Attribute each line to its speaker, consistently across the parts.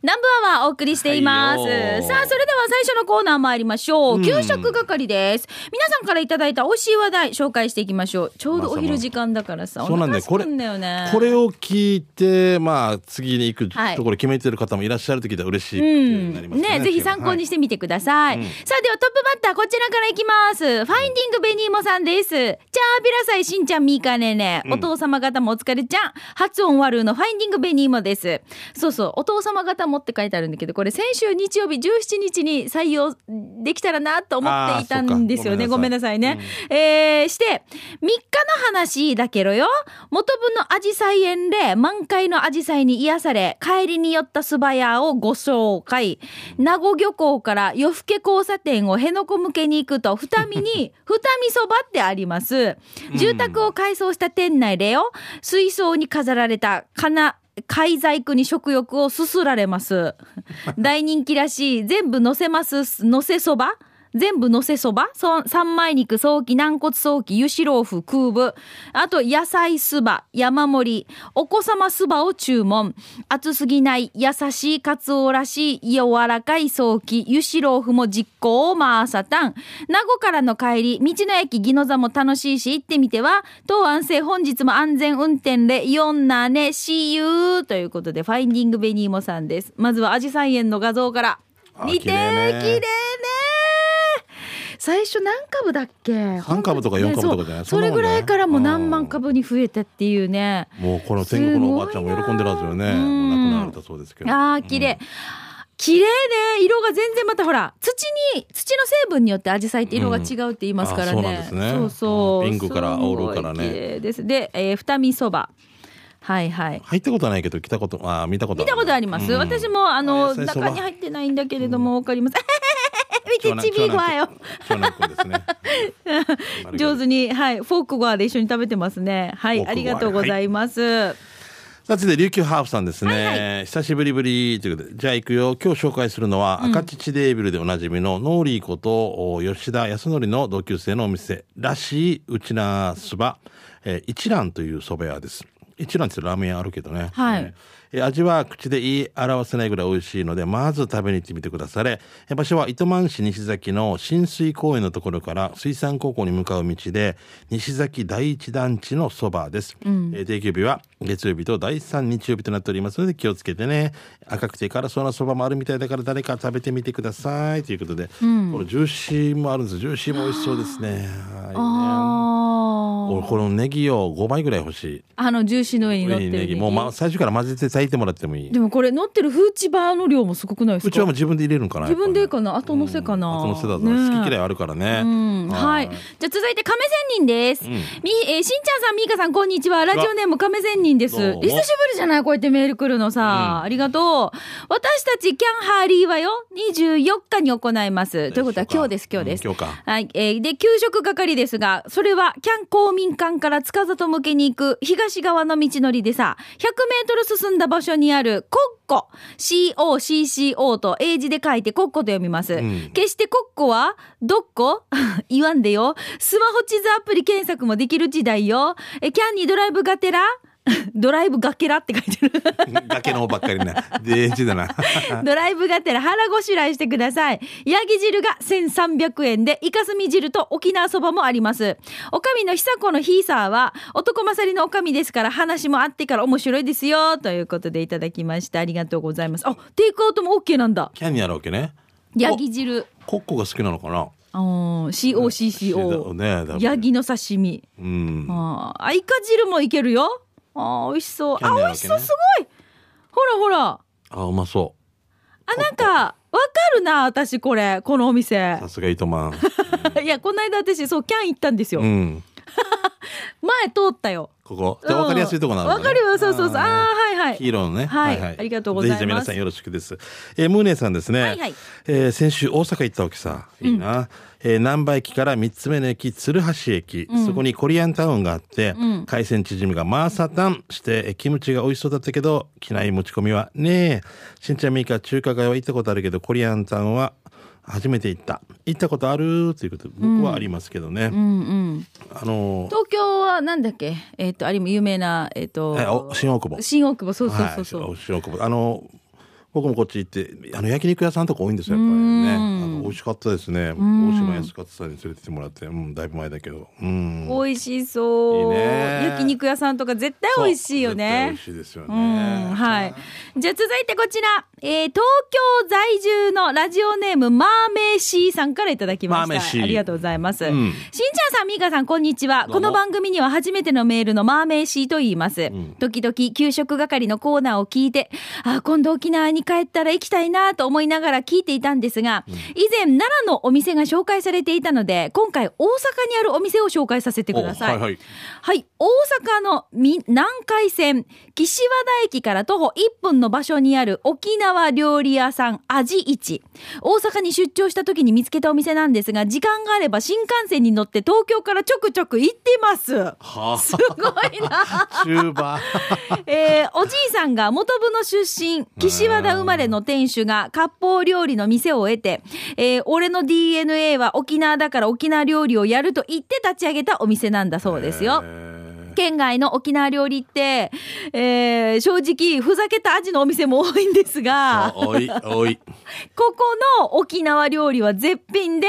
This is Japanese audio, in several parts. Speaker 1: 南部アワーお送りしています。
Speaker 2: はいよー
Speaker 1: さあ、それでは最初のコーナー参りましょう。
Speaker 2: うん
Speaker 1: 給食係です。皆さんからいただいた美味しい話題紹介していきましょう。ちょうどお昼時間だからさ、
Speaker 2: そうなんだよ
Speaker 1: お腹空くんだよね。
Speaker 2: これを聞いて、まあ、次に行く
Speaker 1: はい
Speaker 2: ところ決めてる方もいらっしゃるときで嬉しいっていうのになりま
Speaker 1: うん、
Speaker 2: すね。
Speaker 1: ね、ぜひ参考にしてみてください。
Speaker 2: うん
Speaker 1: さあ、ではトップバッター、こちらからいきます。ファインディングベニーモさんです。チャービラサイ、しんちゃん、みーかねね。
Speaker 2: うん
Speaker 1: お父様方もお疲れちゃん。発音悪のファインディングベニーモです。そうそう、お父様方もって書いてあるんだけど、これ先週日曜日17日に採用できたらなと思っていたんですよね。
Speaker 2: あーそうか
Speaker 1: ごめんなさいね。えー、して、3日の話だけどよ。元分のアジサイ園で満開のアジサイに癒され、帰りに寄った素早をご紹介。名護漁港から夜更け交差点を辺野古向けに行くと、二見に、二見そばってあります。住宅を改装した店内でよ、水槽に飾られた金、海細工に食欲をすすられ ます。大人気らしい、全部乗せます、乗せそば全部乗せそばそ三枚肉、早期、軟骨早期、油脂ローフ、空部。あと、野菜すば、山盛り、お子様すばを注文。熱すぎない、優しいカツオらしい、柔らかい早期、油脂ローフも実行を回さたん。名護からの帰り、道の駅、宜野座も楽しいし、行ってみては、当安静、本日も安全運転で、よんなね、see you! ということで、ファインディングベニーモさんです。まずは、アジサイ園の画像から。
Speaker 2: あ
Speaker 1: 見て
Speaker 2: 綺麗ね
Speaker 1: 綺麗ね最初何株だっけ
Speaker 2: 三株とか四株とかじゃない
Speaker 1: ねそうそれぐらいからもう何万
Speaker 2: か
Speaker 1: 株に増えてっていうね
Speaker 2: もうこの天国のおばあちゃんも喜んでるはずよ
Speaker 1: す
Speaker 2: ね。
Speaker 1: ごいな
Speaker 2: もう亡くなられたそうですけど。
Speaker 1: あー綺麗、綺麗ね色が全然またほら土に土の成分によってアジサイって色が違うって言いますからね、
Speaker 2: うんあそうなんですね
Speaker 1: そうそう
Speaker 2: うんピンクから
Speaker 1: すごい
Speaker 2: 青色からね
Speaker 1: 綺麗ですで、えー、二見そばはいはい
Speaker 2: 入ったことはないけど、来たこと、あー見たこと
Speaker 1: 見たことあります、
Speaker 2: うん
Speaker 1: 私もあの
Speaker 2: あ野菜そば
Speaker 1: 中に入ってないんだけれどもわかります、 見
Speaker 2: 長
Speaker 1: て
Speaker 2: 男
Speaker 1: ちびごはよ
Speaker 2: 長男君ですね
Speaker 1: 上手に、はい、フォークゴアで一緒に食べてますね。は
Speaker 2: フォ
Speaker 1: い、
Speaker 2: ークゴア
Speaker 1: ありがとうございます。
Speaker 2: さあ続いて琉球ハーフさんですね、
Speaker 1: はい
Speaker 2: 久しぶりぶりということでじゃあ行くよ今日紹介するのは、赤乳デービルでおなじみのノーリーことお吉田康則の同級生のお店らしいうちなそば、えー一蘭というそば屋です一蘭ってラーメン屋あるけどね
Speaker 1: はい
Speaker 2: ねえー味は口で言い表せないぐらい美味しいのでまず食べに行ってみてくだされえー場所は糸満市西崎の新水公園のところから水産高校に向かう道で西崎第一団地のそばです、えー定休日は月曜日と第三日曜日となっておりますので気をつけてね赤くて辛そうなそばもあるみたいだから誰か食べてみてくださいということで、このジューシーもあるんですジューシーも美味しそうですねはいね
Speaker 1: あ
Speaker 2: 俺このネギを5枚ぐらい欲しい
Speaker 1: あの、ジューシーの上に乗ってる
Speaker 2: 上に
Speaker 1: ネ
Speaker 2: ネ
Speaker 1: ギ。
Speaker 2: ギもう、ま、最初から混ぜて炊いてもらってもいい
Speaker 1: でもこれ乗ってるフーチバーの量もすごくないですか
Speaker 2: うちはもう自分で入れるのかな
Speaker 1: 自分で
Speaker 2: やっぱ
Speaker 1: かな後乗せかな、
Speaker 2: りね後乗せだぞ、
Speaker 1: ねえ
Speaker 2: 好き嫌いあるからね、
Speaker 1: うん、はい。じゃあ続いて亀仙人です。み、えーしんちゃんさん、みーかさん、こんにちは。ラジオネーム亀仙人です。
Speaker 2: どう
Speaker 1: 久しぶ
Speaker 2: も
Speaker 1: りじゃないこうやってメール来るのさ。ありがとう。私たちキャンハーリーはよ、24日に行います。ということは今日です、今日です。
Speaker 2: うん今日か
Speaker 1: はい。えーで、給食係ですが、それは、キャン公民館から塚里向けに行く東側の道のりでさ、100メートル進んだ場所にある、コッコ、COCCO と英字で書いてコッコと読みます。
Speaker 2: ん
Speaker 1: 決してコッコは、どっこ 言わんでよ。スマホ地図アプリ検索もできる時代よ。え、キャンにドライブがてら ドライブがけらって書いてる。
Speaker 2: 崖の方ばっかりね デージだな
Speaker 1: ドライブがてら腹ごしらえしてください。ヤギ汁が1300円で、イカスミ汁と沖縄そばもあります。おかみの久子のヒーサーは、男勝りのおかみですから、話もあってから面白いですよ。ということでいただきました。ありがとうございます。あ、テイクアウトも OK なんだ。
Speaker 2: キャンにやろうわけね
Speaker 1: ヤギ汁。
Speaker 2: コッコが好きなのかな
Speaker 1: あー COCCO。
Speaker 2: ね多分ね
Speaker 1: ヤギの刺身。
Speaker 2: うん
Speaker 1: あーあ、イカ汁もいけるよ。あー美味しそう。
Speaker 2: キャ
Speaker 1: あ、
Speaker 2: ンデ
Speaker 1: 美
Speaker 2: ィーなわけね
Speaker 1: 味しそう、すごい。ほらほら。
Speaker 2: あうまそ
Speaker 1: あ、なんか、わかるな、私これ、このお店
Speaker 2: うさ。すが 糸満
Speaker 1: いや、この間私、そう、キャン行ったんですよ。
Speaker 2: う
Speaker 1: 前
Speaker 2: ん
Speaker 1: 通ったよ。
Speaker 2: ここじゃあ分かりやすいとこなの
Speaker 1: わかるよ、そうそうそう。あ
Speaker 2: ね
Speaker 1: あー、はいはい。
Speaker 2: 黄色のね。
Speaker 1: はいありがとうございます
Speaker 2: ぜひじゃあ皆さんよろしくです。えー、ムーネさんですね。
Speaker 1: はいはい
Speaker 2: えー先週大阪行ったわけさ。いいな。えー南波駅から三つ目の駅、鶴橋駅、そこにコリアンタウンがあって、海鮮チヂミがマーサタンして、えーキムチが美味しそうだったけど、機内持ち込みはねえ。しんちゃんみーか中華街は行ったことあるけど、コリアンタウンは初めて行った。行ったことあるということで、僕はありますけどね。
Speaker 1: うんうん。
Speaker 2: あのー
Speaker 1: 東京は、なんだっけえっ、と、あれも有名な、えっ、
Speaker 2: はいお
Speaker 1: と、
Speaker 2: 新大久保。
Speaker 1: 新大久保、そうそうそうそう。
Speaker 2: はい、お塩昆布あの僕もこっち行ってあの焼肉屋さんとか多いんですよやっぱりねあ
Speaker 1: うん
Speaker 2: の美味しかったですね大
Speaker 1: ん
Speaker 2: 島康勝さんに連れてってもらって、うん、だいぶ前だけど、うん、
Speaker 1: 美味しそう
Speaker 2: いいね
Speaker 1: 焼肉屋さんとか絶対美味しいよね
Speaker 2: そう絶対美味しいですよ
Speaker 1: う
Speaker 2: ね、
Speaker 1: んはい、じゃあ続いてこちら、えー東京在住のラジオネームマーメイシーさんからいただきま
Speaker 2: マーメイシ
Speaker 1: し
Speaker 2: ー
Speaker 1: たありがとうございます、
Speaker 2: うん
Speaker 1: しんちゃんさん、みーかさん、こんにちは。
Speaker 2: どうも
Speaker 1: この番組には初めてのメールのマーメイシーと言います。
Speaker 2: ん
Speaker 1: 時々、給食係のコーナーを聞いて、あ、今度沖縄に帰ったら行きたいなと思いながら聞いていたんですが、以前、奈良のお店が紹介されていたので、今回、大阪にあるお店を紹介させてください。
Speaker 2: おはいはい
Speaker 1: はい、大阪のみ南海線岸和田駅から徒歩1分の場所にある沖縄料理屋さん味一大阪に出張した時に見つけたお店なんですが時間があれば新幹線に乗って東京からちょくちょく行ってます
Speaker 2: はあ
Speaker 1: すごいな、
Speaker 2: チューバー
Speaker 1: えーおじいさんが元部の出身岸和田生まれの店主が割烹料理の店を得て、えー俺の DNA は沖縄だから沖縄料理をやると言って立ち上げたお店なんだそうですよ、
Speaker 2: えー
Speaker 1: 県外の沖縄料理って、えー正直ふざけた味のお店も多いんですが
Speaker 2: あおいおい
Speaker 1: ここの沖縄料理は絶品で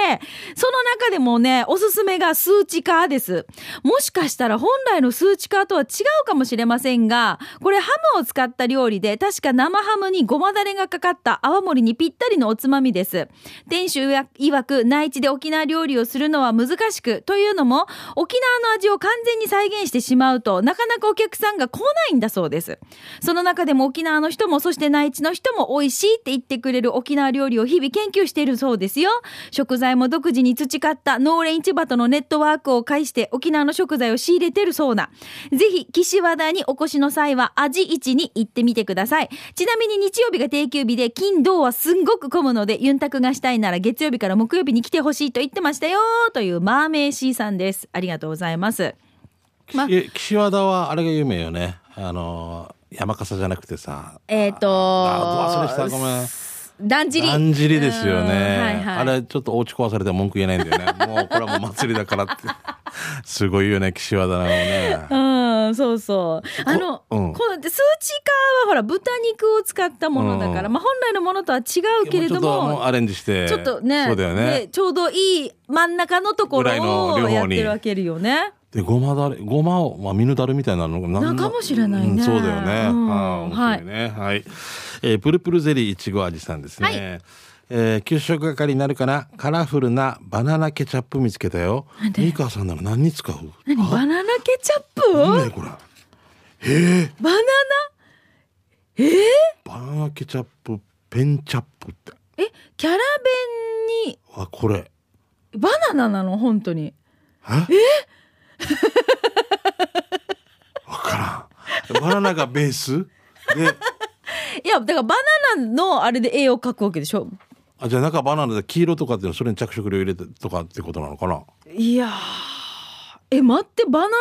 Speaker 1: その中でもねおすすめが数値化ですもしかしたら本来の数値化とは違うかもしれませんがこれハムを使った料理で確か生ハムにごまだれがかかった泡盛にぴったりのおつまみです店主曰く内地で沖縄料理をするのは難しくというのも沖縄の味を完全に再現してしまうとなかなかお客さんが来ないんだそうですその中でも沖縄の人もそして内地の人も美味しいって言ってくれる沖縄料理を日々研究しているそうですよ食材も独自に培った農連市場とのネットワークを介して沖縄の食材を仕入れてるそうなぜひ岸和田にお越しの際は味市に行ってみてくださいちなみに日曜日が定休日で金土はすんごく混むのでユンタクがしたいなら月曜日から木曜日に来てほしいと言ってましたよというマーメイシーさんですありがとうございます ま
Speaker 2: え岸和田はあれが有名よねあの山笠じゃなくてさ
Speaker 1: えっ、と
Speaker 2: あどう忘れしたごめん
Speaker 1: だんじり
Speaker 2: だんじりです
Speaker 1: う
Speaker 2: よね、
Speaker 1: んはいはい
Speaker 2: あれちょっとお家壊されても文句言えないんだ よねもうこれはもう祭りだからってすごいよね岸和田のね
Speaker 1: うん、そうそう。あの、
Speaker 2: うん
Speaker 1: この数値化はほら豚肉を使ったものだから、
Speaker 2: うん
Speaker 1: まあ本来のものとは違うけれど
Speaker 2: ちょっともう
Speaker 1: も。
Speaker 2: アレンジして
Speaker 1: ちょっとね
Speaker 2: そうだよ
Speaker 1: で
Speaker 2: ね
Speaker 1: ちょうどいい真ん中のとこ
Speaker 2: ぐらい
Speaker 1: ろ
Speaker 2: の両
Speaker 1: を
Speaker 2: 方に
Speaker 1: やってるわけるよね。
Speaker 2: でごまだれごまをまあミヌダルみたいなのな
Speaker 1: なかもしれないね
Speaker 2: うんそうだよね、
Speaker 1: うん
Speaker 2: はい面白いねはい、えープルプルゼリーいちご味さんですね、
Speaker 1: はい
Speaker 2: えー給食係になるかなカラフルなバナナケチャップ見つけたよミカさんなら何に使う
Speaker 1: 何バナナケチャップ
Speaker 2: 何ねこれ
Speaker 1: バナナ
Speaker 2: バナナケチャップペンチャップって
Speaker 1: えキャラ弁に
Speaker 2: あこれ
Speaker 1: バナナなの本当に。
Speaker 2: わからんバナナがベースで
Speaker 1: いやだからバナナのあれで絵を描くわけでしょ。
Speaker 2: あじゃあ中バナナで黄色とかっていうのはそれに着色料入れてとかってことなのかない
Speaker 1: やーえ待ってバナナ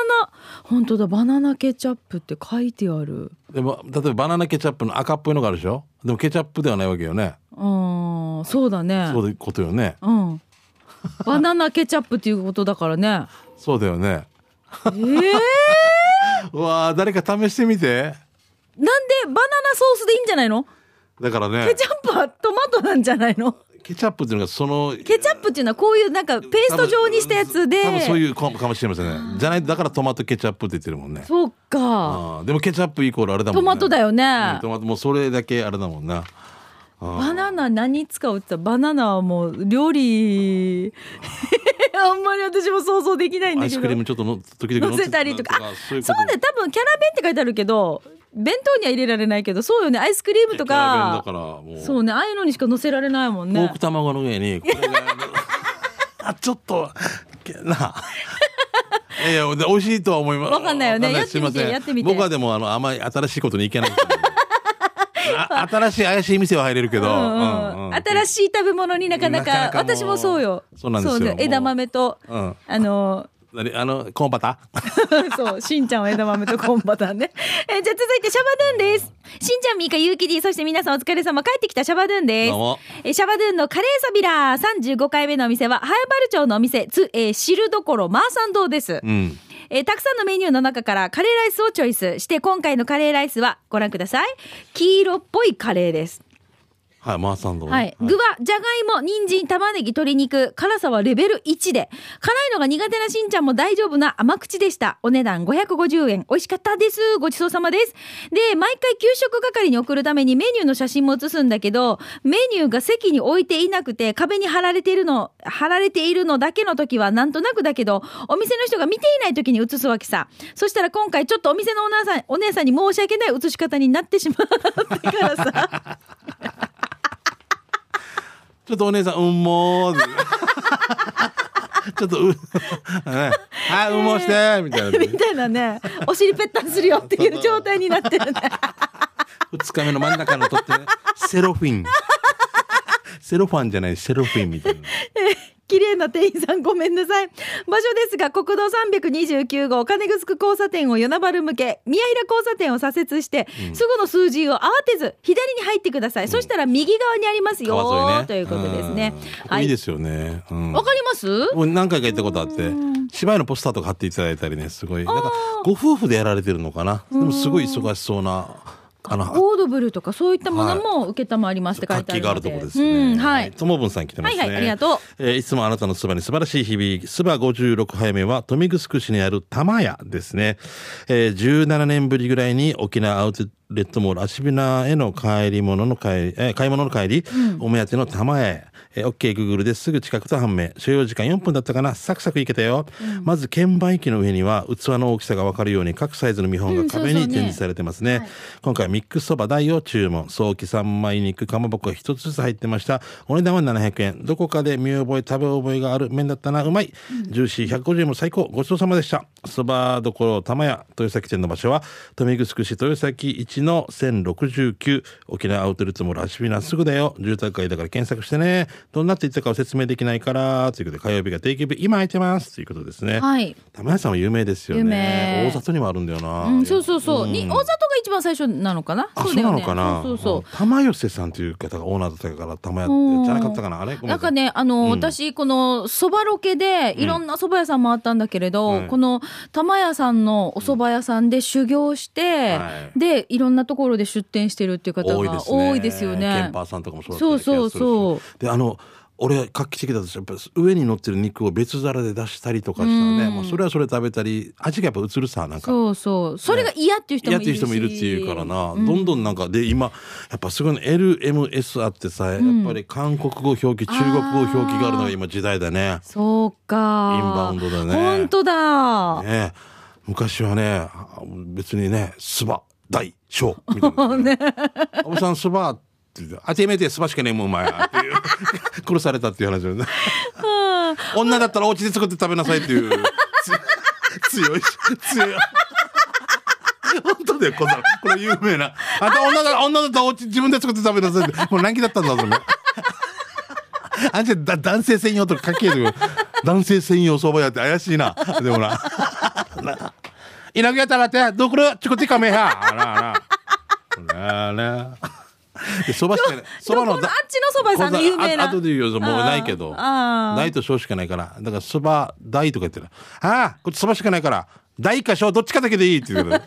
Speaker 1: 本当だバナナケチャップって書いてある。
Speaker 2: でも例えばバナナケチャップの赤っぽいのがあるでしょでもケチャップではないわけよね
Speaker 1: ああそうだね
Speaker 2: そういうことよね
Speaker 1: うんバナナケチャップっていうことだからね
Speaker 2: そうだよね
Speaker 1: えー、なんでバナナ
Speaker 2: うわー誰か試してみて
Speaker 1: ソースでいいんじゃないの
Speaker 2: だからね
Speaker 1: ケチャップはトマトなんじゃないの
Speaker 2: ケチャップっていうのがその
Speaker 1: ケチャップっていうのはこういうなんかペースト状にしたやつで
Speaker 2: 多分そういうかもかもしれませんねじゃないだからトマトケチャップって言ってるもんね
Speaker 1: そうか
Speaker 2: あーでもケチャップイコールあれだも
Speaker 1: ト
Speaker 2: んね
Speaker 1: マトだよね、
Speaker 2: うんトマトもうそれだけあれだもんな
Speaker 1: バナナ何使うって言ったらバナナはもう料理 あんまり私も想像できないん
Speaker 2: ア
Speaker 1: だ
Speaker 2: イ
Speaker 1: け
Speaker 2: ス
Speaker 1: ど
Speaker 2: クリームちょっとの時々
Speaker 1: 乗せたりとかあ
Speaker 2: そ
Speaker 1: そうう
Speaker 2: いうこと
Speaker 1: だよ多分キャラ弁って書いてあるけど弁当には入れられないけどそうよねアイスクリームと
Speaker 2: キャラ弁だ
Speaker 1: か
Speaker 2: からもう
Speaker 1: そうねああいうのにしか乗せられないもん
Speaker 2: ポ
Speaker 1: ね
Speaker 2: ーク卵の上にこれ があちょっとけなあ いやいやで美味しいとは思います
Speaker 1: わかんないよね
Speaker 2: わ
Speaker 1: やってみて
Speaker 2: すいません
Speaker 1: やってみて
Speaker 2: 僕はでもあのあまり新しいことに いけないあ新しい怪しい店は入れるけ
Speaker 1: う
Speaker 2: ど、
Speaker 1: んうん
Speaker 2: うんうん
Speaker 1: 新しい食べ物になかなか
Speaker 2: なかなかもう
Speaker 1: 私もそうよ
Speaker 2: そうなんですよ
Speaker 1: ね
Speaker 2: もう
Speaker 1: 枝豆と、
Speaker 2: うん
Speaker 1: あのー
Speaker 2: 何あのコーン パタ
Speaker 1: そうしんちゃんは枝豆とコンバタンねえじゃあ続いてシャバドゥンですしんちゃんみーかゆうきりそして皆さんお疲れ様帰ってきたシャバドゥンです
Speaker 2: どうも
Speaker 1: えーシャバドゥンのカレーサビラー35回目のお店はハエバル町のお店つ、えー、汁どころマーサン堂です、
Speaker 2: うん
Speaker 1: えーたくさんのメニューの中からカレーライスをチョイスして今回のカレーライスはご覧ください黄色っぽいカレーです
Speaker 2: はい、マーサンドね、
Speaker 1: はい、具はじゃがいも人参玉ねぎ鶏肉辛さはレベル1で辛いのが苦手なしんちゃんも大丈夫な甘口でしたお値段550円美味しかったですごちそうさまですで毎回給食係に送るためにメニューの写真も写すんだけどメニューが席に置いていなくて壁に貼られているの貼られているのだけの時はなんとなくだけどお店の人が見ていない時に写すわけさそしたら今回ちょっとお店のお姉さんお姉さんに申し訳ない写し方になってしまってからさ
Speaker 2: ちょっとお姉さん、うんもー。 ちょっと、うん、ねはい、うんもーして、みたいな。
Speaker 1: みたいなね、お尻ぺったんするよっていう状態になって るね。
Speaker 2: 二日目の真ん中のとってね、セロフィン。セロファンじゃない、セロフィンみたいな。
Speaker 1: 綺麗な店員さんごめんなさい。場所ですが、国道329号金城交差点を与那原向け、宮平交差点を左折して、すぐの数字を慌てず、左に入ってください。そしたら右側にありますよ、
Speaker 2: 川沿いね。
Speaker 1: ということですね
Speaker 2: うん。ここ
Speaker 1: はい
Speaker 2: い
Speaker 1: い。
Speaker 2: ですよね。うん。
Speaker 1: わかります
Speaker 2: もう何回か行ったことあって、芝居のポスターとか貼っていただいたりね、すごい。なんか、ご夫婦でやられてるのかな。でも、すごい忙しそうな、あの、
Speaker 1: オードブルとかそういったものも受けたまりますって書い
Speaker 2: 活
Speaker 1: てあ
Speaker 2: 気
Speaker 1: るので。
Speaker 2: があるところですね。
Speaker 1: うん、はい。
Speaker 2: ともぶんさん来てますね。
Speaker 1: はいはいありがとう
Speaker 2: えーいつもあなたのそばに素晴らしい日々。そば56杯目は、豊見城市にある玉屋ですね。えー17年ぶりぐらいに沖縄アウトレットモール、アシビナへの帰り物の帰り、えー買い物の帰り、お目当ての玉屋へ。えー、OK、Google ですぐ近くと判明。所要時間4分だったかな。サクサクいけたよ。まず、券売機の上には、器の大きさがわかるように、各サイズの見本
Speaker 1: う
Speaker 2: が壁
Speaker 1: んそうそう
Speaker 2: に
Speaker 1: ね
Speaker 2: 展示されてますね。今回はミックスそば大を注文。早期三枚肉、かまぼこが一つずつ入ってました。お値段は700円。どこかで見覚え、食べ覚えがある麺だったな。うまい。ジューシー150円も最高。ごちそうさまでした。そばどころ玉屋、豊崎店の場所は、富城市豊崎1の1069。沖縄アウトレットもラシビナすぐだよ。住宅街だから検索してね。どんなって言ったかは説明できないから。ということで、火曜日が定休日、今空いてます。ということですね。
Speaker 1: はい。
Speaker 2: 玉屋さんは有名ですよ
Speaker 1: 有
Speaker 2: ね
Speaker 1: 名。
Speaker 2: 大里にもあるんだよな。
Speaker 1: うん、そうそうそう。
Speaker 2: ん
Speaker 1: に、大里が一番最初なのかな
Speaker 2: あ、
Speaker 1: そ
Speaker 2: そうう
Speaker 1: だよ
Speaker 2: な
Speaker 1: ね。
Speaker 2: のかな。
Speaker 1: そうそうそう。
Speaker 2: 玉寄さんという方がオーナーだったから、玉
Speaker 1: う
Speaker 2: 屋
Speaker 1: ん
Speaker 2: じゃなかったかな、あれ。ごめ
Speaker 1: なん
Speaker 2: ん
Speaker 1: か
Speaker 2: なさい。
Speaker 1: ね、あの、
Speaker 2: うん
Speaker 1: 私、この、そばロケで、いろんなそば屋さんもあったんだけれど、
Speaker 2: はい
Speaker 1: この、玉屋さんのおそば屋さんで修行して、
Speaker 2: はい
Speaker 1: で、いろんなところで出店してるっていう方
Speaker 2: 多いで
Speaker 1: が
Speaker 2: すね。
Speaker 1: 多いですよ
Speaker 2: ケ
Speaker 1: ね
Speaker 2: ン。パーさんとかもそうだ
Speaker 1: そう
Speaker 2: った気がす
Speaker 1: そう
Speaker 2: るし
Speaker 1: そう。
Speaker 2: で、あの。俺画期的だとしたやっぱ上に乗ってる肉を別皿で出したりとかしたら
Speaker 1: う
Speaker 2: ね
Speaker 1: ん
Speaker 2: もうそれはそれ食べたり味がやっぱ映るさなんか
Speaker 1: そうそう。それが嫌っていう人
Speaker 2: 嫌
Speaker 1: もい
Speaker 2: って
Speaker 1: る
Speaker 2: い
Speaker 1: し。
Speaker 2: う人もいるっていうからな、
Speaker 1: うん
Speaker 2: どんどんなんかで今やっぱすごいの LMS あってさ、
Speaker 1: ん
Speaker 2: やっぱり韓国語表記中国語表記があるのが今時代だね
Speaker 1: そうか。
Speaker 2: インバウンドだね
Speaker 1: 本当だ。
Speaker 2: ねえ、昔はねあ別にね「すば大小」みたい な、ね「おばさんすば」って言って「あてめてすばしかねえもんお前」って いう殺されたっていう話よね
Speaker 1: うん
Speaker 2: 女だったらお家で作って食べなさいっ ていうつ強いし強い。本当だよこんなのこれ有名なあんた女だ女だったらお家自分で作って食べなさいってもう難儀だったんだぞねあんただ男性専用とか書けるよ男性専用そば屋って怪しいなでもないなくやったらってどころちこってかめはあらあらあらでそばしかないそ
Speaker 1: ど
Speaker 2: ば
Speaker 1: こ
Speaker 2: の
Speaker 1: のあ
Speaker 2: だ
Speaker 1: っちのそば屋さんで有名な。
Speaker 2: あ後で言うよもうないけど
Speaker 1: あー
Speaker 2: ないと小しかないからだからそば大とか言ってるああこっちそばしかないから大か小どっちかだけでいいって言うから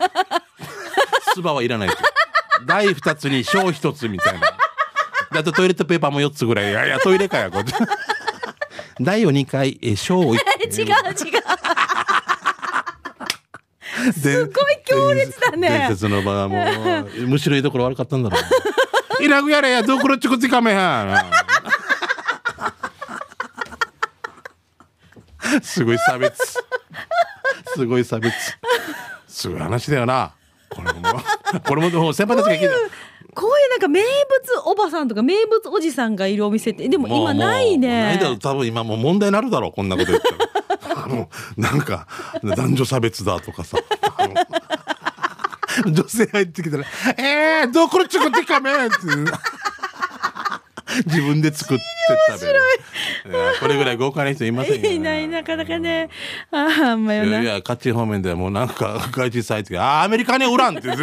Speaker 2: そばはいらないって大二つに小一つみたいなであとトイレットペーパーも四つぐらいいやいやトイレかやこっち大を二回えー小を一回
Speaker 1: 違う違う。
Speaker 2: す
Speaker 1: ごい強烈だね
Speaker 2: 伝説の場はもう、むしろいいところ悪かったんだろう。いなくやれや、どころっちこっちかめはん。すごい差別。すごい差別。すごい話だよな。これも、これももう先輩たちが聞いて。
Speaker 1: こういうなんか名物おばさんとか名物おじさんがいるお店ってでも
Speaker 2: もう
Speaker 1: 今ないね
Speaker 2: もうないだろう多分今もう問題になるだろうこんなこと言 ったらもうなんか男女差別だとかさあの女性入ってきたら「えー、どこちょこってかめ!」って自分で作って食べるいやこれぐらい豪華な人いませんよ、ね、
Speaker 1: いないなかなかねあーあんまよ
Speaker 2: いや
Speaker 1: ない
Speaker 2: や、カッチン方面ではもうなんか 外人さん入ってきてあーアメリカねお らんって言っ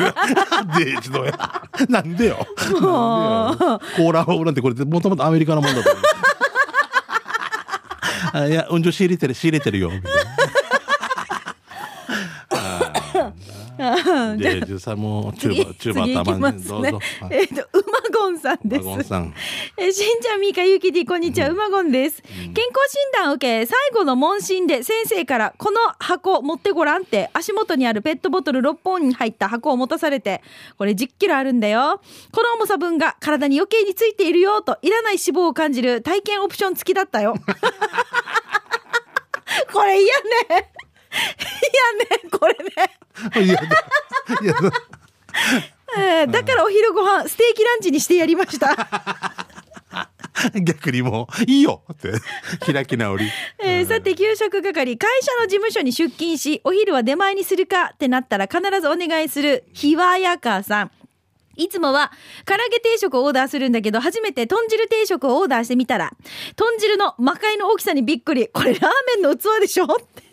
Speaker 2: てで一度やなんでよなんでよコーラはおらんってこれってもともとアメリカのもんだ と思うあいやうんじょ仕入れてる仕入れてるよみたいなあーじゃあ13もチューバチュ
Speaker 1: 次
Speaker 2: ーバ
Speaker 1: 行き
Speaker 2: 頭
Speaker 1: ま
Speaker 2: に
Speaker 1: す
Speaker 2: どう
Speaker 1: ね
Speaker 2: ぞ。はい
Speaker 1: えっ、と馬ゴンさん で
Speaker 2: ワ
Speaker 1: す
Speaker 2: ゴンさん。
Speaker 1: えしんちゃんみーかゆうきりこんにちはうまごんです、健康診断を受け最後の問診で先生からこの箱持ってごらんって足元にあるペットボトル6本に入った箱を持たされてこれ10キロあるんだよこの重さ分が体に余計についているよといらない脂肪を感じる体験オプション付きだった よこれ嫌ね嫌ねこれね
Speaker 2: いやだ。いやだ。
Speaker 1: えーだからお昼ご飯ステーキランチにしてやりま した
Speaker 2: 逆にもう、いいよって、開き直り。
Speaker 1: えーさて給食係会社の事務所に出勤しお昼は出前にするかってなったら必ずお願いするひわやかさんいつもは唐揚げ定食をオーダーするんだけど初めて豚汁定食をオーダーしてみたら豚汁の魔界の大きさにびっくりこれラーメンの器でしょ って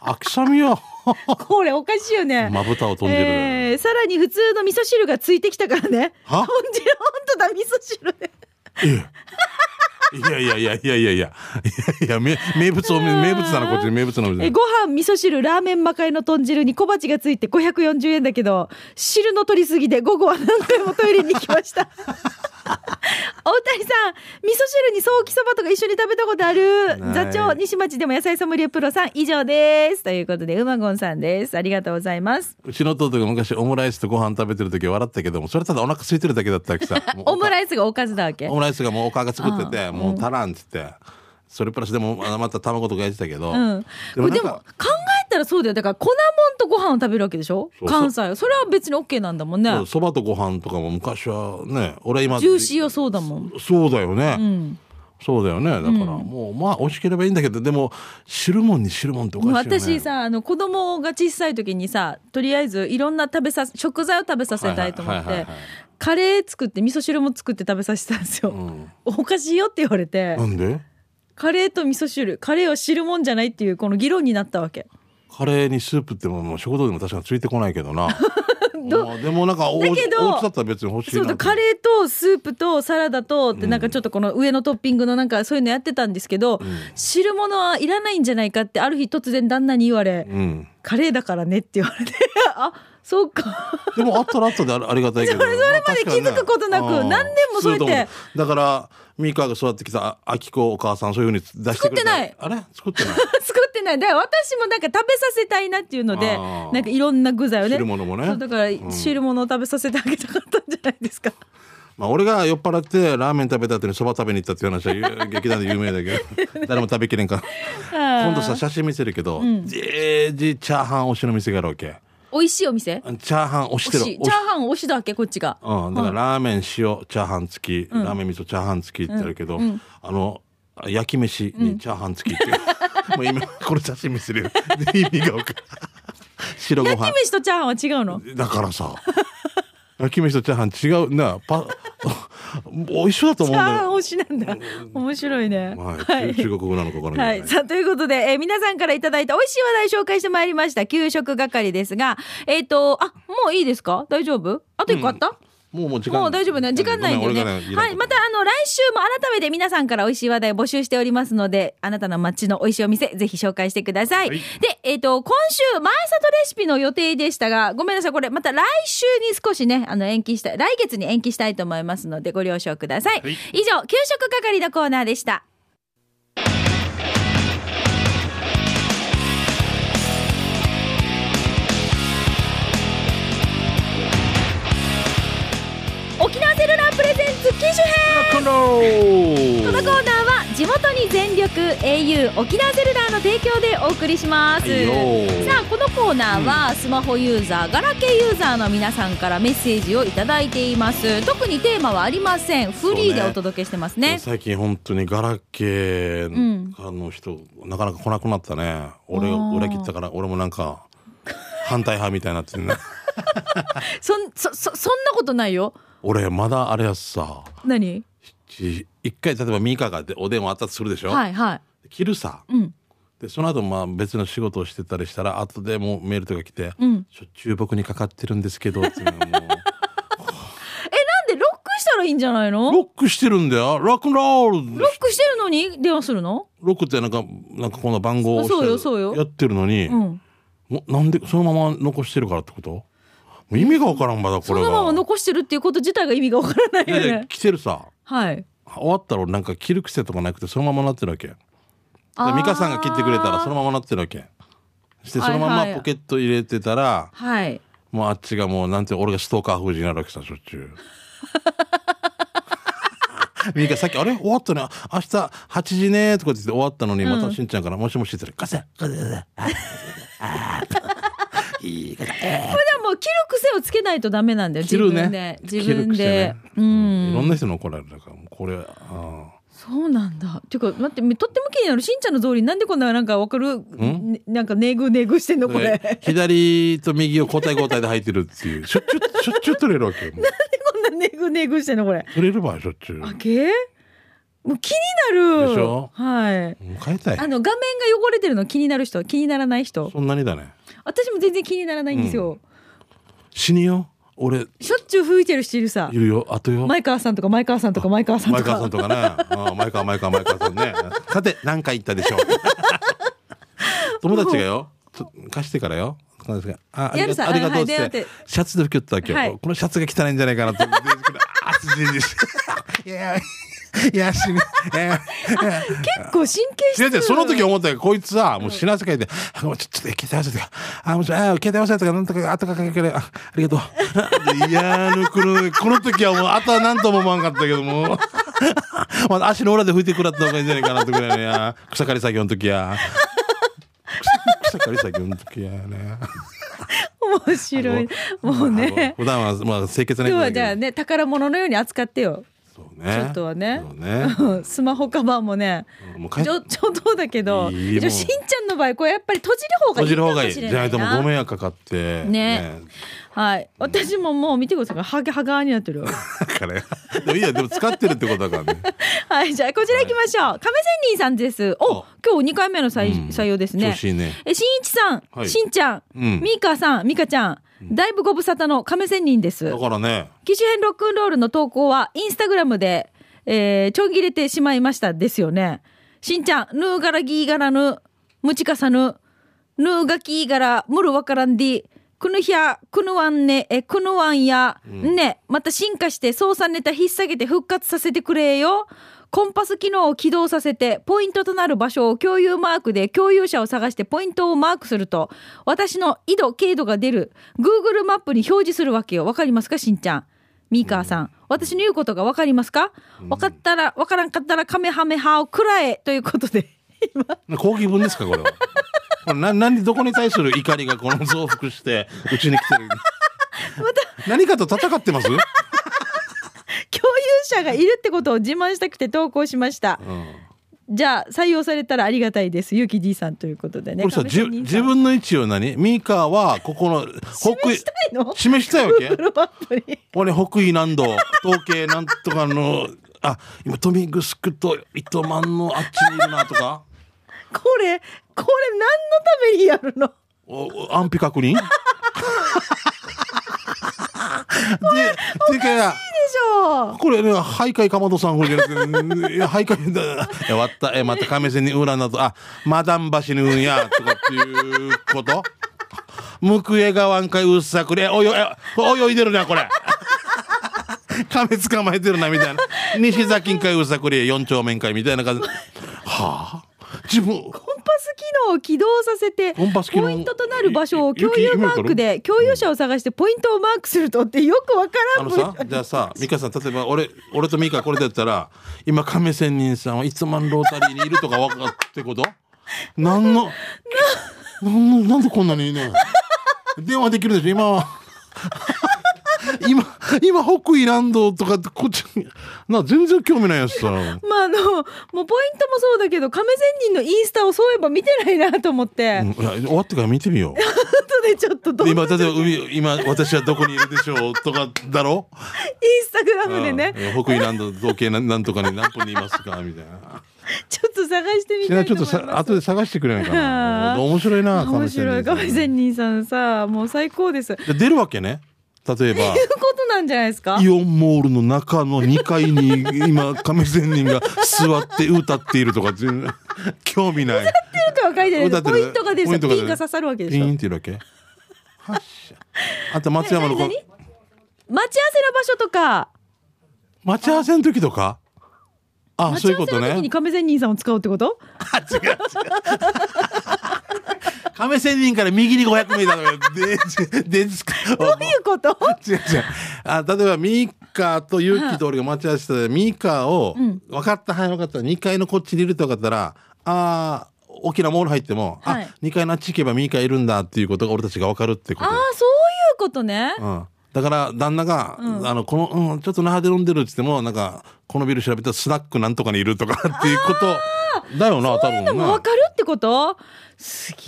Speaker 2: あくしゃ みよ。
Speaker 1: これおかしいよね
Speaker 2: まぶたを飛んでる。
Speaker 1: えーさらに普通の味噌汁がついてきたからね
Speaker 2: は
Speaker 1: 豚汁本当だ味噌汁ね
Speaker 2: いやいやいやいやいやいや。いやいや、め名物を、名物なの、こっち名物なの。
Speaker 1: えご飯味噌汁ラーメン魔界の豚汁に小鉢がついて540円だけど汁の取りすぎで午後は何回もトイレに行きましたお 二人さん味噌汁にソーキそばとか一緒に食べたことある
Speaker 2: な
Speaker 1: 座
Speaker 2: い
Speaker 1: 長西町でも野菜ソムリエプロさん以上ですということでうまごんさんですありがとうございます
Speaker 2: うちの弟が昔オムライスとご飯食べてる時は笑ったけども、それただお腹空いてるだけだったわ けさ。もう
Speaker 1: オムライスがおかずだわけ
Speaker 2: オムライスがもうおかが作ってて、もう足らんっつって。それプラスでも、あのまた卵とか焼いてたけど。
Speaker 1: うん、これ
Speaker 2: な
Speaker 1: で
Speaker 2: んか
Speaker 1: も考えたらそうだよだから粉もんとご飯を食べるわけでしょ
Speaker 2: そうそう
Speaker 1: 関西それは別に OK なんだもんね
Speaker 2: そうそばとご飯とかも昔はね、俺今。
Speaker 1: ジューシーはそうだもん
Speaker 2: そうだよね。
Speaker 1: うん
Speaker 2: そうだよね。だから、もう、まあ、美味しければいいんだけど、でも、汁もんに汁もんっておかしいよね。
Speaker 1: 私さあの子供が小さい時にさとりあえずいろんな食べさせ食材を食べさせたいと思っ
Speaker 2: はい
Speaker 1: て
Speaker 2: はいはいはい
Speaker 1: カレー作って味噌汁も作って食べさせたんですよ、
Speaker 2: ん
Speaker 1: おかしいよって言われて、
Speaker 2: なんで
Speaker 1: カレーと味噌汁カレーは汁もんじゃないっていうこの議論になったわけ
Speaker 2: カレーにスープってももう食堂でも確かについてこないけ どなまあでもなんかお
Speaker 1: だけど
Speaker 2: お家だったら別に欲しい
Speaker 1: そう
Speaker 2: な
Speaker 1: だカレーとスープとサラダとってなんかちょっとこの上のトッピングのなんかそういうのやってたんですけど、汁物はいらないんじゃないかってある日突然旦那に言われ、
Speaker 2: うん、
Speaker 1: カレーだからねって言われて あそうか
Speaker 2: でもあったらあったでありありがたいけど
Speaker 1: それそれまで気づくことなく
Speaker 2: まあ確かに
Speaker 1: 何年もそうやって
Speaker 2: すると思うだからミカが育ってきたあきこお母さんそういうふうに出してくれた
Speaker 1: 作って
Speaker 2: あれ作ってない
Speaker 1: 作ってないだから私もなんか食べさせたいなっていうので
Speaker 2: あー
Speaker 1: なんかいろんな具材をね
Speaker 2: 汁物もね
Speaker 1: そうだから汁物を食べさせてあげたかったんじゃないです か
Speaker 2: まあ俺が酔っ払ってラーメン食べた後にそば食べに行ったっていう話はゆ劇団で有名だけ ど誰も食べきれんから今度さ写真見せるけど、じーじーチャーハン推しの店があるわけ
Speaker 1: 美味しいお店
Speaker 2: チャーハン推し
Speaker 1: 推
Speaker 2: てる
Speaker 1: し
Speaker 2: 推
Speaker 1: チ
Speaker 2: し
Speaker 1: ャーハン推しだっけこっちが
Speaker 2: うん、だからラーメン塩チャーハン付き、ラーメン味噌チャーハン付きってあるけど、あの焼き飯にチャーハン付きっ ていう、もう今これ写真見せるよ 意味が分かる白ご
Speaker 1: 焼き
Speaker 2: 飯
Speaker 1: 飯とチャーハンは違うの
Speaker 2: だからさ焼き飯とチャーハン違うなパお一緒だと
Speaker 1: チ
Speaker 2: 思
Speaker 1: ャ
Speaker 2: う
Speaker 1: ー
Speaker 2: んだ
Speaker 1: ハン
Speaker 2: よ、
Speaker 1: 推しなんだ面白いね
Speaker 2: はい
Speaker 1: はい
Speaker 2: 中中国語なのか分から
Speaker 1: は
Speaker 2: ない
Speaker 1: い。
Speaker 2: けどね
Speaker 1: さあ、ということで、えー皆さんからいただいた美味しい話題紹介してまいりました。給食係ですが、えっ、と、あ、もういいですか大丈夫あと一個あった、
Speaker 2: もうもう時間
Speaker 1: もう大丈夫ね。時間ないんで
Speaker 2: ごめ
Speaker 1: ね。
Speaker 2: ん俺が
Speaker 1: はい。また、
Speaker 2: い
Speaker 1: あの、来週も改めて皆さんから美味しい話題募集しておりますので、あなたの街の美味しいお店、ぜひ紹介してください。
Speaker 2: はい
Speaker 1: で、えっ、と、今週、前里レシピの予定でしたが、ごめんなさい。これ、また来週に少しね、あの、延期したい、来月に延期したいと思いますので、ご了承ください。
Speaker 2: はい
Speaker 1: 以上、給食係のコーナーでした。沖縄セルラープレゼンツ機種編
Speaker 2: いな
Speaker 1: このコーナーは地元に全力 au 沖縄セルラーの提供でお送りします、
Speaker 2: はいよー
Speaker 1: さあこのコーナーはスマホユーザー、ガラケーユーザーの皆さんからメッセージをいただいています特にテーマはありませんフリーでお届けしてますね
Speaker 2: 最近本当にガラケーからの人、なかなか来なくなったね俺
Speaker 1: あ
Speaker 2: が
Speaker 1: ー
Speaker 2: 裏切ったから俺もなんか反対派みたいにな ってんね
Speaker 1: そんそそそんなことないよ
Speaker 2: 俺まだあれやさ
Speaker 1: 何
Speaker 2: し一回例えばミカがでお電話あったとするでしょ、
Speaker 1: はいはい
Speaker 2: 切るさ
Speaker 1: うん
Speaker 2: でその後まあ別の仕事をしてたりしたら後でもうメールとか来て「
Speaker 1: うん
Speaker 2: しょっちゅう僕にかかってるんですけど」っていうのはも
Speaker 1: えなんでロックしたらいいんじゃないの
Speaker 2: う
Speaker 1: ロ
Speaker 2: ロックしてるんだよロックンロール
Speaker 1: ックしてるのに電話するの
Speaker 2: ロックってなんかなんかこの番号を
Speaker 1: そうよそうよ
Speaker 2: やってるのに、
Speaker 1: うん
Speaker 2: もうなんでそのまま残してるからってこともう意味がわからんばだこ
Speaker 1: そ
Speaker 2: れが
Speaker 1: のまま残してるっていうこと自体が意味がわからない
Speaker 2: いやい
Speaker 1: よ
Speaker 2: や
Speaker 1: ね。
Speaker 2: 着てるさ
Speaker 1: はい。
Speaker 2: 終わったら俺なんか着る癖とかなくてそのままなってるわけで
Speaker 1: あー
Speaker 2: 美香さんが切ってくれたらそのままなってるわけしてそのま
Speaker 1: はいは
Speaker 2: ま
Speaker 1: い
Speaker 2: ポケット入れてたら、
Speaker 1: はい。
Speaker 2: もうあっちがもうなんて俺がストーカー夫人になるわけさしょっちゅう美香さっき「あれ終わったね明日8時ね」とかって言って終わったのに、またしんちゃんから「もしもし」って言ったら「ガセガセガセあーいいガセ
Speaker 1: これでも着る癖をつけないとダメなんだよ。
Speaker 2: 着るね
Speaker 1: ね。自分で。
Speaker 2: 着
Speaker 1: う
Speaker 2: る癖ねいろ
Speaker 1: ん。
Speaker 2: んな人に怒られるだからもうこれああ
Speaker 1: そうなんだ。ていうか待ってとっても気になるしんちゃんの通りなんでこんななんかわかる、ねなんかネグネグしてんのこれ。 なんで
Speaker 2: 左と右を交代交代で入ってるっていうしょっちゅうしょっちゅう取れるわけよもう
Speaker 1: こんなネグネグしてんのこれ。
Speaker 2: 取れる場合しょっちゅうも
Speaker 1: あけ？もう気になる。
Speaker 2: でしょ
Speaker 1: はい。
Speaker 2: う変えたい
Speaker 1: あの画面が汚れてるの気になる人気にならない人
Speaker 2: そんなにだね
Speaker 1: 私も全然気にならないんですよ、
Speaker 2: 死によ俺
Speaker 1: しょっちゅう吹いてる人いるさ
Speaker 2: いるよあとよ
Speaker 1: 前川さんとか前川さんとか前川さんと
Speaker 2: 前
Speaker 1: か
Speaker 2: 川さんとかねああ前川前川前川さんねさて何回言ったでしょう友達がよちょ貸してからよ友達がああり
Speaker 1: やる
Speaker 2: がとう
Speaker 1: さ
Speaker 2: ありがとう
Speaker 1: あのはい
Speaker 2: っつっ
Speaker 1: 電話
Speaker 2: て
Speaker 1: で
Speaker 2: シャツで拭きよったわけよ、
Speaker 1: はい
Speaker 2: このシャツが汚いんじゃないかなと思ってあっじじじいやいや死にいや
Speaker 1: 結構神経質
Speaker 2: いやいやその時思ったよこいつはもう死なせかいて「あごめんちょちょっと携帯忘れてたあもうちょあ携帯忘れてたからなんとか後からかけるあありがと う」いやーこのこの時はもうあとは何とも思わんかったけども まあ足の裏で拭いてくらった方がいいんじゃないかなってぐらいのや 草刈り作業の時や 草草刈り作業の時や ね
Speaker 1: 面白いもう
Speaker 2: まあ
Speaker 1: ね
Speaker 2: 普段はまあ清潔な
Speaker 1: 今日
Speaker 2: 人だ
Speaker 1: は
Speaker 2: け
Speaker 1: じゃあ
Speaker 2: ど
Speaker 1: ね宝物のように扱ってよ
Speaker 2: そうね
Speaker 1: ちょっとはね
Speaker 2: そうね
Speaker 1: うん スマホカバーもね
Speaker 2: もう帰っ
Speaker 1: 上上等だけど
Speaker 2: いいもう
Speaker 1: じゃあしんちゃんの場合これやっぱり閉じる方がいい
Speaker 2: 閉じる
Speaker 1: か
Speaker 2: 方
Speaker 1: も
Speaker 2: がいい
Speaker 1: しれ
Speaker 2: じ
Speaker 1: な
Speaker 2: ゃないいともう
Speaker 1: な
Speaker 2: ご迷惑かかって
Speaker 1: ねはい私ももう見てくださいハゲハガーになってる
Speaker 2: だからでもいいやでも使ってるってことだからね
Speaker 1: はいじゃあこちら行きましょう亀仙人さんですお
Speaker 2: あ
Speaker 1: 今日2回目の採
Speaker 2: うん
Speaker 1: 採用ですね
Speaker 2: 調子いいね
Speaker 1: えしんいちさん、
Speaker 2: はい
Speaker 1: しんちゃん、
Speaker 2: うん
Speaker 1: みーかーさんみかちゃんだいぶご無沙汰の亀仙人です
Speaker 2: だからね
Speaker 1: 機種編ロックンロールの投稿はインスタグラムで、えー、ちょん切れてしまいましたですよねしんちゃんぬーがらぎーがらぬむちかさぬぬーがきーがらむるわからんでくぬひゃくぬわんねえくぬわんや、ねまた進化して操作ネタ引っ提げて復活させてくれよコンパス機能を起動させてポイントとなる場所を共有マークで共有者を探してポイントをマークすると私の緯度経度が出る Google マップに表示するわけよわかりますかしんちゃんミーカーさん、私の言うことがわかりますか、わかったら、わからんかったら、カメハメハをくらえということで。 今、
Speaker 2: 抗議文ですかこれはこれな何どこに対する怒りがこの増幅してうちに来てる何かと戦ってます、うん、
Speaker 1: 共有者がいるってことを自慢したくて投稿しました。じゃあ、採用されたらありがたいです。ゆきじいさんということでね。
Speaker 2: これさ
Speaker 1: 亀
Speaker 2: じ
Speaker 1: 仙人さ
Speaker 2: 自
Speaker 1: ん
Speaker 2: 分の位置を何ミーカーはここの北緯
Speaker 1: 示したいの
Speaker 2: 示したいわけ
Speaker 1: Google マップに。
Speaker 2: 俺北緯何度統計なんとかのあ今トミグスクと糸満のあっちにいるなとか
Speaker 1: これ、これ何のためにやるの
Speaker 2: おお安否 確認で、てか、
Speaker 1: でしょう。
Speaker 2: これね、徘徊かまどさん、これじゃなくて、いや、徘徊だ、いや、割った、え、また亀仙にウーランだと、あ、マダン橋にうんや、とかっていうこと 向江川んかいうっさくれ、およ、え泳いでるな、これ。 亀捕まえてるな、み たいな。西崎んかいうっさくれ、四丁面会みたいな感じ。はあ自分、
Speaker 1: コンパス機能を起動させて、
Speaker 2: コンパス機能
Speaker 1: ポイントとなる場所を
Speaker 2: ゆゆ
Speaker 1: 共有
Speaker 2: ゆき
Speaker 1: マークで共有者を探してポイントをマークするとってよくわから
Speaker 2: あ
Speaker 1: ん
Speaker 2: の
Speaker 1: 文章
Speaker 2: さ、 じゃあさ、ミカさん、例えば俺、俺とミカこれだったら、今、亀仙人さんはいつまんロータリーにいるとか分かってことなんの、なんの、なんでこんなにいいね。電話できるでしょ、今は。 今、今、北緯ランドとかって、こっちに、な、全然興味ないやつさ。
Speaker 1: まああのもうポイントもそうだけど亀仙人のインスタをそういえば見てないなと思って、
Speaker 2: うんいや終わってから見てみよう。
Speaker 1: 後でちょっとどんなイン
Speaker 2: 今、例えば海、今、私はどこにいるでしょうとか、だろ
Speaker 1: スタグラムでね、
Speaker 2: うん北緯ランド、統計なんなんとかに何分にいますかみたいな。
Speaker 1: ちょっと探してみ
Speaker 2: い
Speaker 1: た
Speaker 2: や
Speaker 1: い
Speaker 2: ち
Speaker 1: と
Speaker 2: ょ
Speaker 1: 思
Speaker 2: っ
Speaker 1: い
Speaker 2: と
Speaker 1: ます
Speaker 2: さ後で探してくれないか
Speaker 1: あ
Speaker 2: な
Speaker 1: ー
Speaker 2: 面白いな
Speaker 1: 面白い亀仙人さんさもう最高ですという
Speaker 2: 人で出るわけね例えば
Speaker 1: ことなんじゃないですか
Speaker 2: イオンモールの中の2階に今亀仙人が座って歌っているとか全然興味ない
Speaker 1: ってるとは書いてないけど
Speaker 2: 歌っ
Speaker 1: ポ
Speaker 2: てる
Speaker 1: イントが出る
Speaker 2: ポイントが出
Speaker 1: ピ
Speaker 2: る
Speaker 1: ンが刺さるわけで
Speaker 2: ピ
Speaker 1: しょ
Speaker 2: ンっていうわけ発車あと松山のこ
Speaker 1: 何待ち合わせの場所とか
Speaker 2: 待ち合わせの時とかあ
Speaker 1: 待
Speaker 2: そう
Speaker 1: ち
Speaker 2: いう
Speaker 1: 合わ
Speaker 2: こ
Speaker 1: せ
Speaker 2: と
Speaker 1: の時
Speaker 2: ね
Speaker 1: に亀仙人さんを使うってこと
Speaker 2: あ違う違う亀仙人から右に500メーターとかでででつか
Speaker 1: どういうこと
Speaker 2: 違う違うあ例えばミカとユキと俺が待ち合わせてミカを「分かったはい分かった2階のこっちにいる」と分かったら「あー沖縄モール入っても、
Speaker 1: はい
Speaker 2: あ2階のあっち行けばミカいるんだ」っていうことが俺たちが分かるってこ
Speaker 1: ああ
Speaker 2: と、
Speaker 1: そういうことね
Speaker 2: うん、だから旦那が「あのこの、うん、ちょっと那覇で飲んでる」っつってもなんかこのビル調べたらスナックなんとかにいるとかっていうことだよな多分
Speaker 1: でも
Speaker 2: な
Speaker 1: 分かるってことすげえ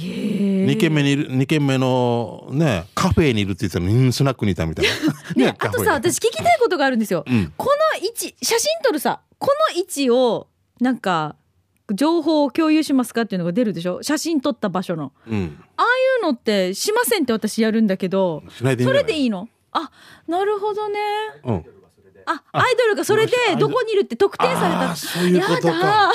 Speaker 2: 2軒目にいる二軒目のねカフェにいるって言ってたのにうんスナックにいたみたいな
Speaker 1: ね、あとさ私聞きたいことがあるんですよ、
Speaker 2: ん
Speaker 1: この位置写真撮るさこの位置をなんか情報を共有しますかっていうのが出るでしょ写真撮った場所の
Speaker 2: うん
Speaker 1: ああいうのってしませんって私やるんだけど
Speaker 2: しないでいい
Speaker 1: そ
Speaker 2: んじ
Speaker 1: れ
Speaker 2: ゃない
Speaker 1: でいいのあなるほどね
Speaker 2: うん
Speaker 1: あアイドルがそれで
Speaker 2: アイド
Speaker 1: ど
Speaker 2: ル
Speaker 1: こにいるって特定され
Speaker 2: あ
Speaker 1: た
Speaker 2: ーそういうことか
Speaker 1: やだ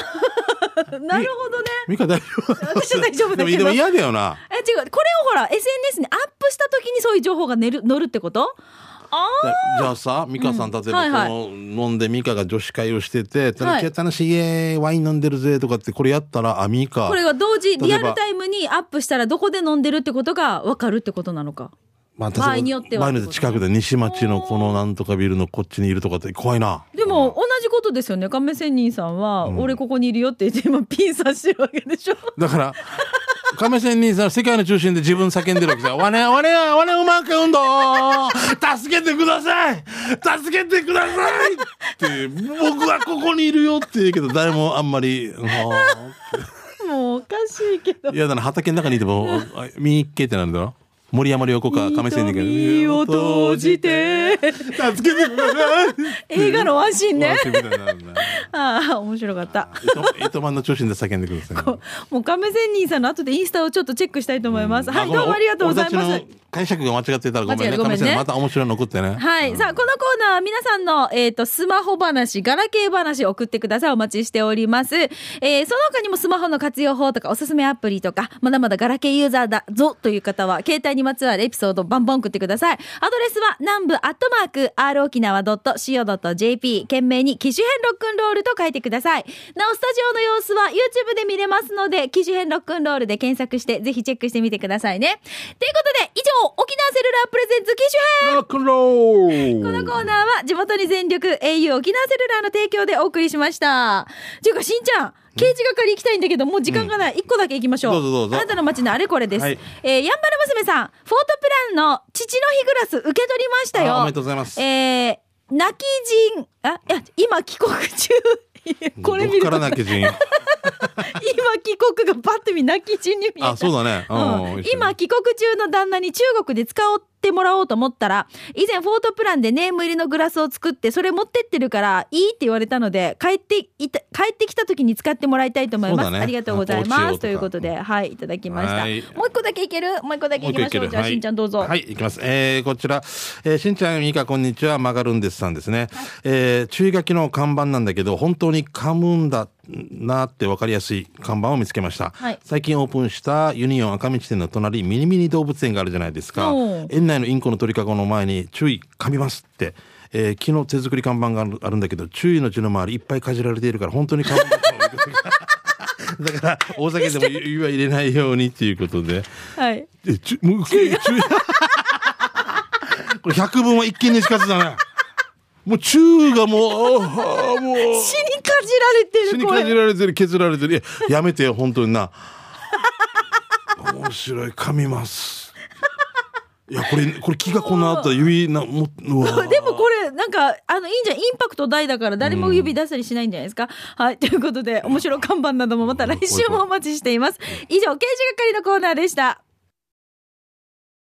Speaker 1: ー なるほどね
Speaker 2: ミカ大丈夫
Speaker 1: 私は大丈夫だけど
Speaker 2: でもでも嫌だよな
Speaker 1: え違うこれをほら SNS にアップした時にそういう情報が寝る載るってことあー
Speaker 2: じゃあさミカさん例えばこ
Speaker 1: はいはい
Speaker 2: の飲んでミカが女子会をしてて「た
Speaker 1: は
Speaker 2: ら
Speaker 1: い
Speaker 2: きや楽しいイエーイワイン飲んでるぜ」とかってこれやったらあミカ
Speaker 1: これが同時
Speaker 2: 例えば
Speaker 1: リアルタイムにアップしたらどこで飲んでるってことが分かるってことなのか
Speaker 2: まあ
Speaker 1: 場合によっては
Speaker 2: 場合によって近くで西町のこのなんとかビルのこっちにいるとかって怖いな
Speaker 1: でも同じことですよね亀仙人さんは、俺ここにいるよって言って今ピン刺してるわけで しょ
Speaker 2: だから亀仙人さん世界の中心で自分叫んでるわけじゃん「わねわねわねうまく運動助けてください助けてください!」って僕はここにいるよって言うけど誰もあんまり「うん
Speaker 1: もうおかしいけど
Speaker 2: いやだな畑の中にいてもあ見に行けってなるんだろ森山良子か亀仙人か
Speaker 1: 瞳を閉じて
Speaker 2: 助けてください
Speaker 1: 映画のワンシーンね
Speaker 2: 笑ってみたいになるな
Speaker 1: ああ面白かった
Speaker 2: 糸糸満の中心で叫んでくださいね、
Speaker 1: もう亀仙人さんの後でインスタをちょっとチェックしたいと思います、はい
Speaker 2: あ
Speaker 1: ど
Speaker 2: ごめん
Speaker 1: うもありがとうございま
Speaker 2: 俺
Speaker 1: す
Speaker 2: たちの解釈が間違ってたらごめん
Speaker 1: 間違え
Speaker 2: ね
Speaker 1: たごめ
Speaker 2: 亀
Speaker 1: んね
Speaker 2: 仙人また面白いの送ってね
Speaker 1: はい、さあこのコーナーは皆さんの、えー、とスマホ話ガラケー話送ってくださいお待ちしております、えーその他にもスマホの活用法とかおすすめアプリとかまだまだガラケーユーザーだぞという方は携帯にまつわるエピソードバンバン送ってくださいアドレスは南部アットマーク r 沖縄 .co.jp 懸命に機種編ロックンロールと書いてくださいなおスタジオの様子は YouTube で見れますので機種編ロックンロールで検索してぜひチェックしてみてくださいねということで以上沖縄セルラープレゼンツ機種編
Speaker 2: ロックン
Speaker 1: この
Speaker 2: ロー
Speaker 1: コーナーは地元に全力 au 沖縄セルラーの提供でお送りしました。ていうか、しんちゃん、刑事係行きたいんだけど、もう時間がない。一個だけ行きましょう。
Speaker 2: どうぞどうぞ
Speaker 1: あなたの街のあれこれです。
Speaker 2: はい
Speaker 1: えー、やんばる娘さん、フォートプランの父の日グラス受け取りましたよ。
Speaker 2: あおめでとうございます
Speaker 1: えー、泣き人、あ、いや、今帰国 中。いやこれ見る
Speaker 2: ど
Speaker 1: と
Speaker 2: っから なき人
Speaker 1: 今帰国がパッと見泣き人に見えた
Speaker 2: あそうだね、
Speaker 1: う
Speaker 2: うん
Speaker 1: ん、今帰国中の旦那に中国で使おうってもらおうと思ったら以前フォートプランでネーム入りのグラスを作ってそれ持ってってるからいいって言われたので帰っていた帰ってきた時に使ってもらいたいと思いま
Speaker 2: そ
Speaker 1: す、
Speaker 2: うだね
Speaker 1: ありがとうござい
Speaker 2: あ
Speaker 1: ます
Speaker 2: とお塩とか
Speaker 1: ということではいいただきました
Speaker 2: はい
Speaker 1: もう一個だけいけるもう一個だけいきましょうじゃあ、しんちゃんどうぞ、
Speaker 2: はい、いきます。えー、こちら、えー、しんちゃん、みか、こんにちは、曲がるんですさんですね。えー注意書きの看板なんだけど、本当に噛むんだなって分かりやすい看板を見つけました。
Speaker 1: はい
Speaker 2: 最近オープンしたユニオン赤道店の隣、ミニミニ動物園があるじゃないですか
Speaker 1: おう。
Speaker 2: 園内のインコの鳥かごの前に、注意、噛みますって。えー、木の手作り看板があるあるんだけど、注意の字の周りいっぱいかじられているから、本当に噛むんだと思う だから、大酒でも湯は入れないようにっていうことで。
Speaker 1: はい
Speaker 2: え、ちゅ、もう、注意、 注意。これ百分は一見にしかずだね。もう中がもう、あーもう。
Speaker 1: 死にかじられてる
Speaker 2: 死に
Speaker 1: これ
Speaker 2: かじられてる、削られてる。いややめてよ、本当にな。面白い、噛みます。いや、これ、これ、木がこんなあったら、指な、も、うわ。
Speaker 1: でもこれなんかあのいいんじゃんインパクト大だから誰も指出したりしないんじゃないですか、はいということで面白看板などもまた来週もお待ちしています以上刑事係のコーナーでした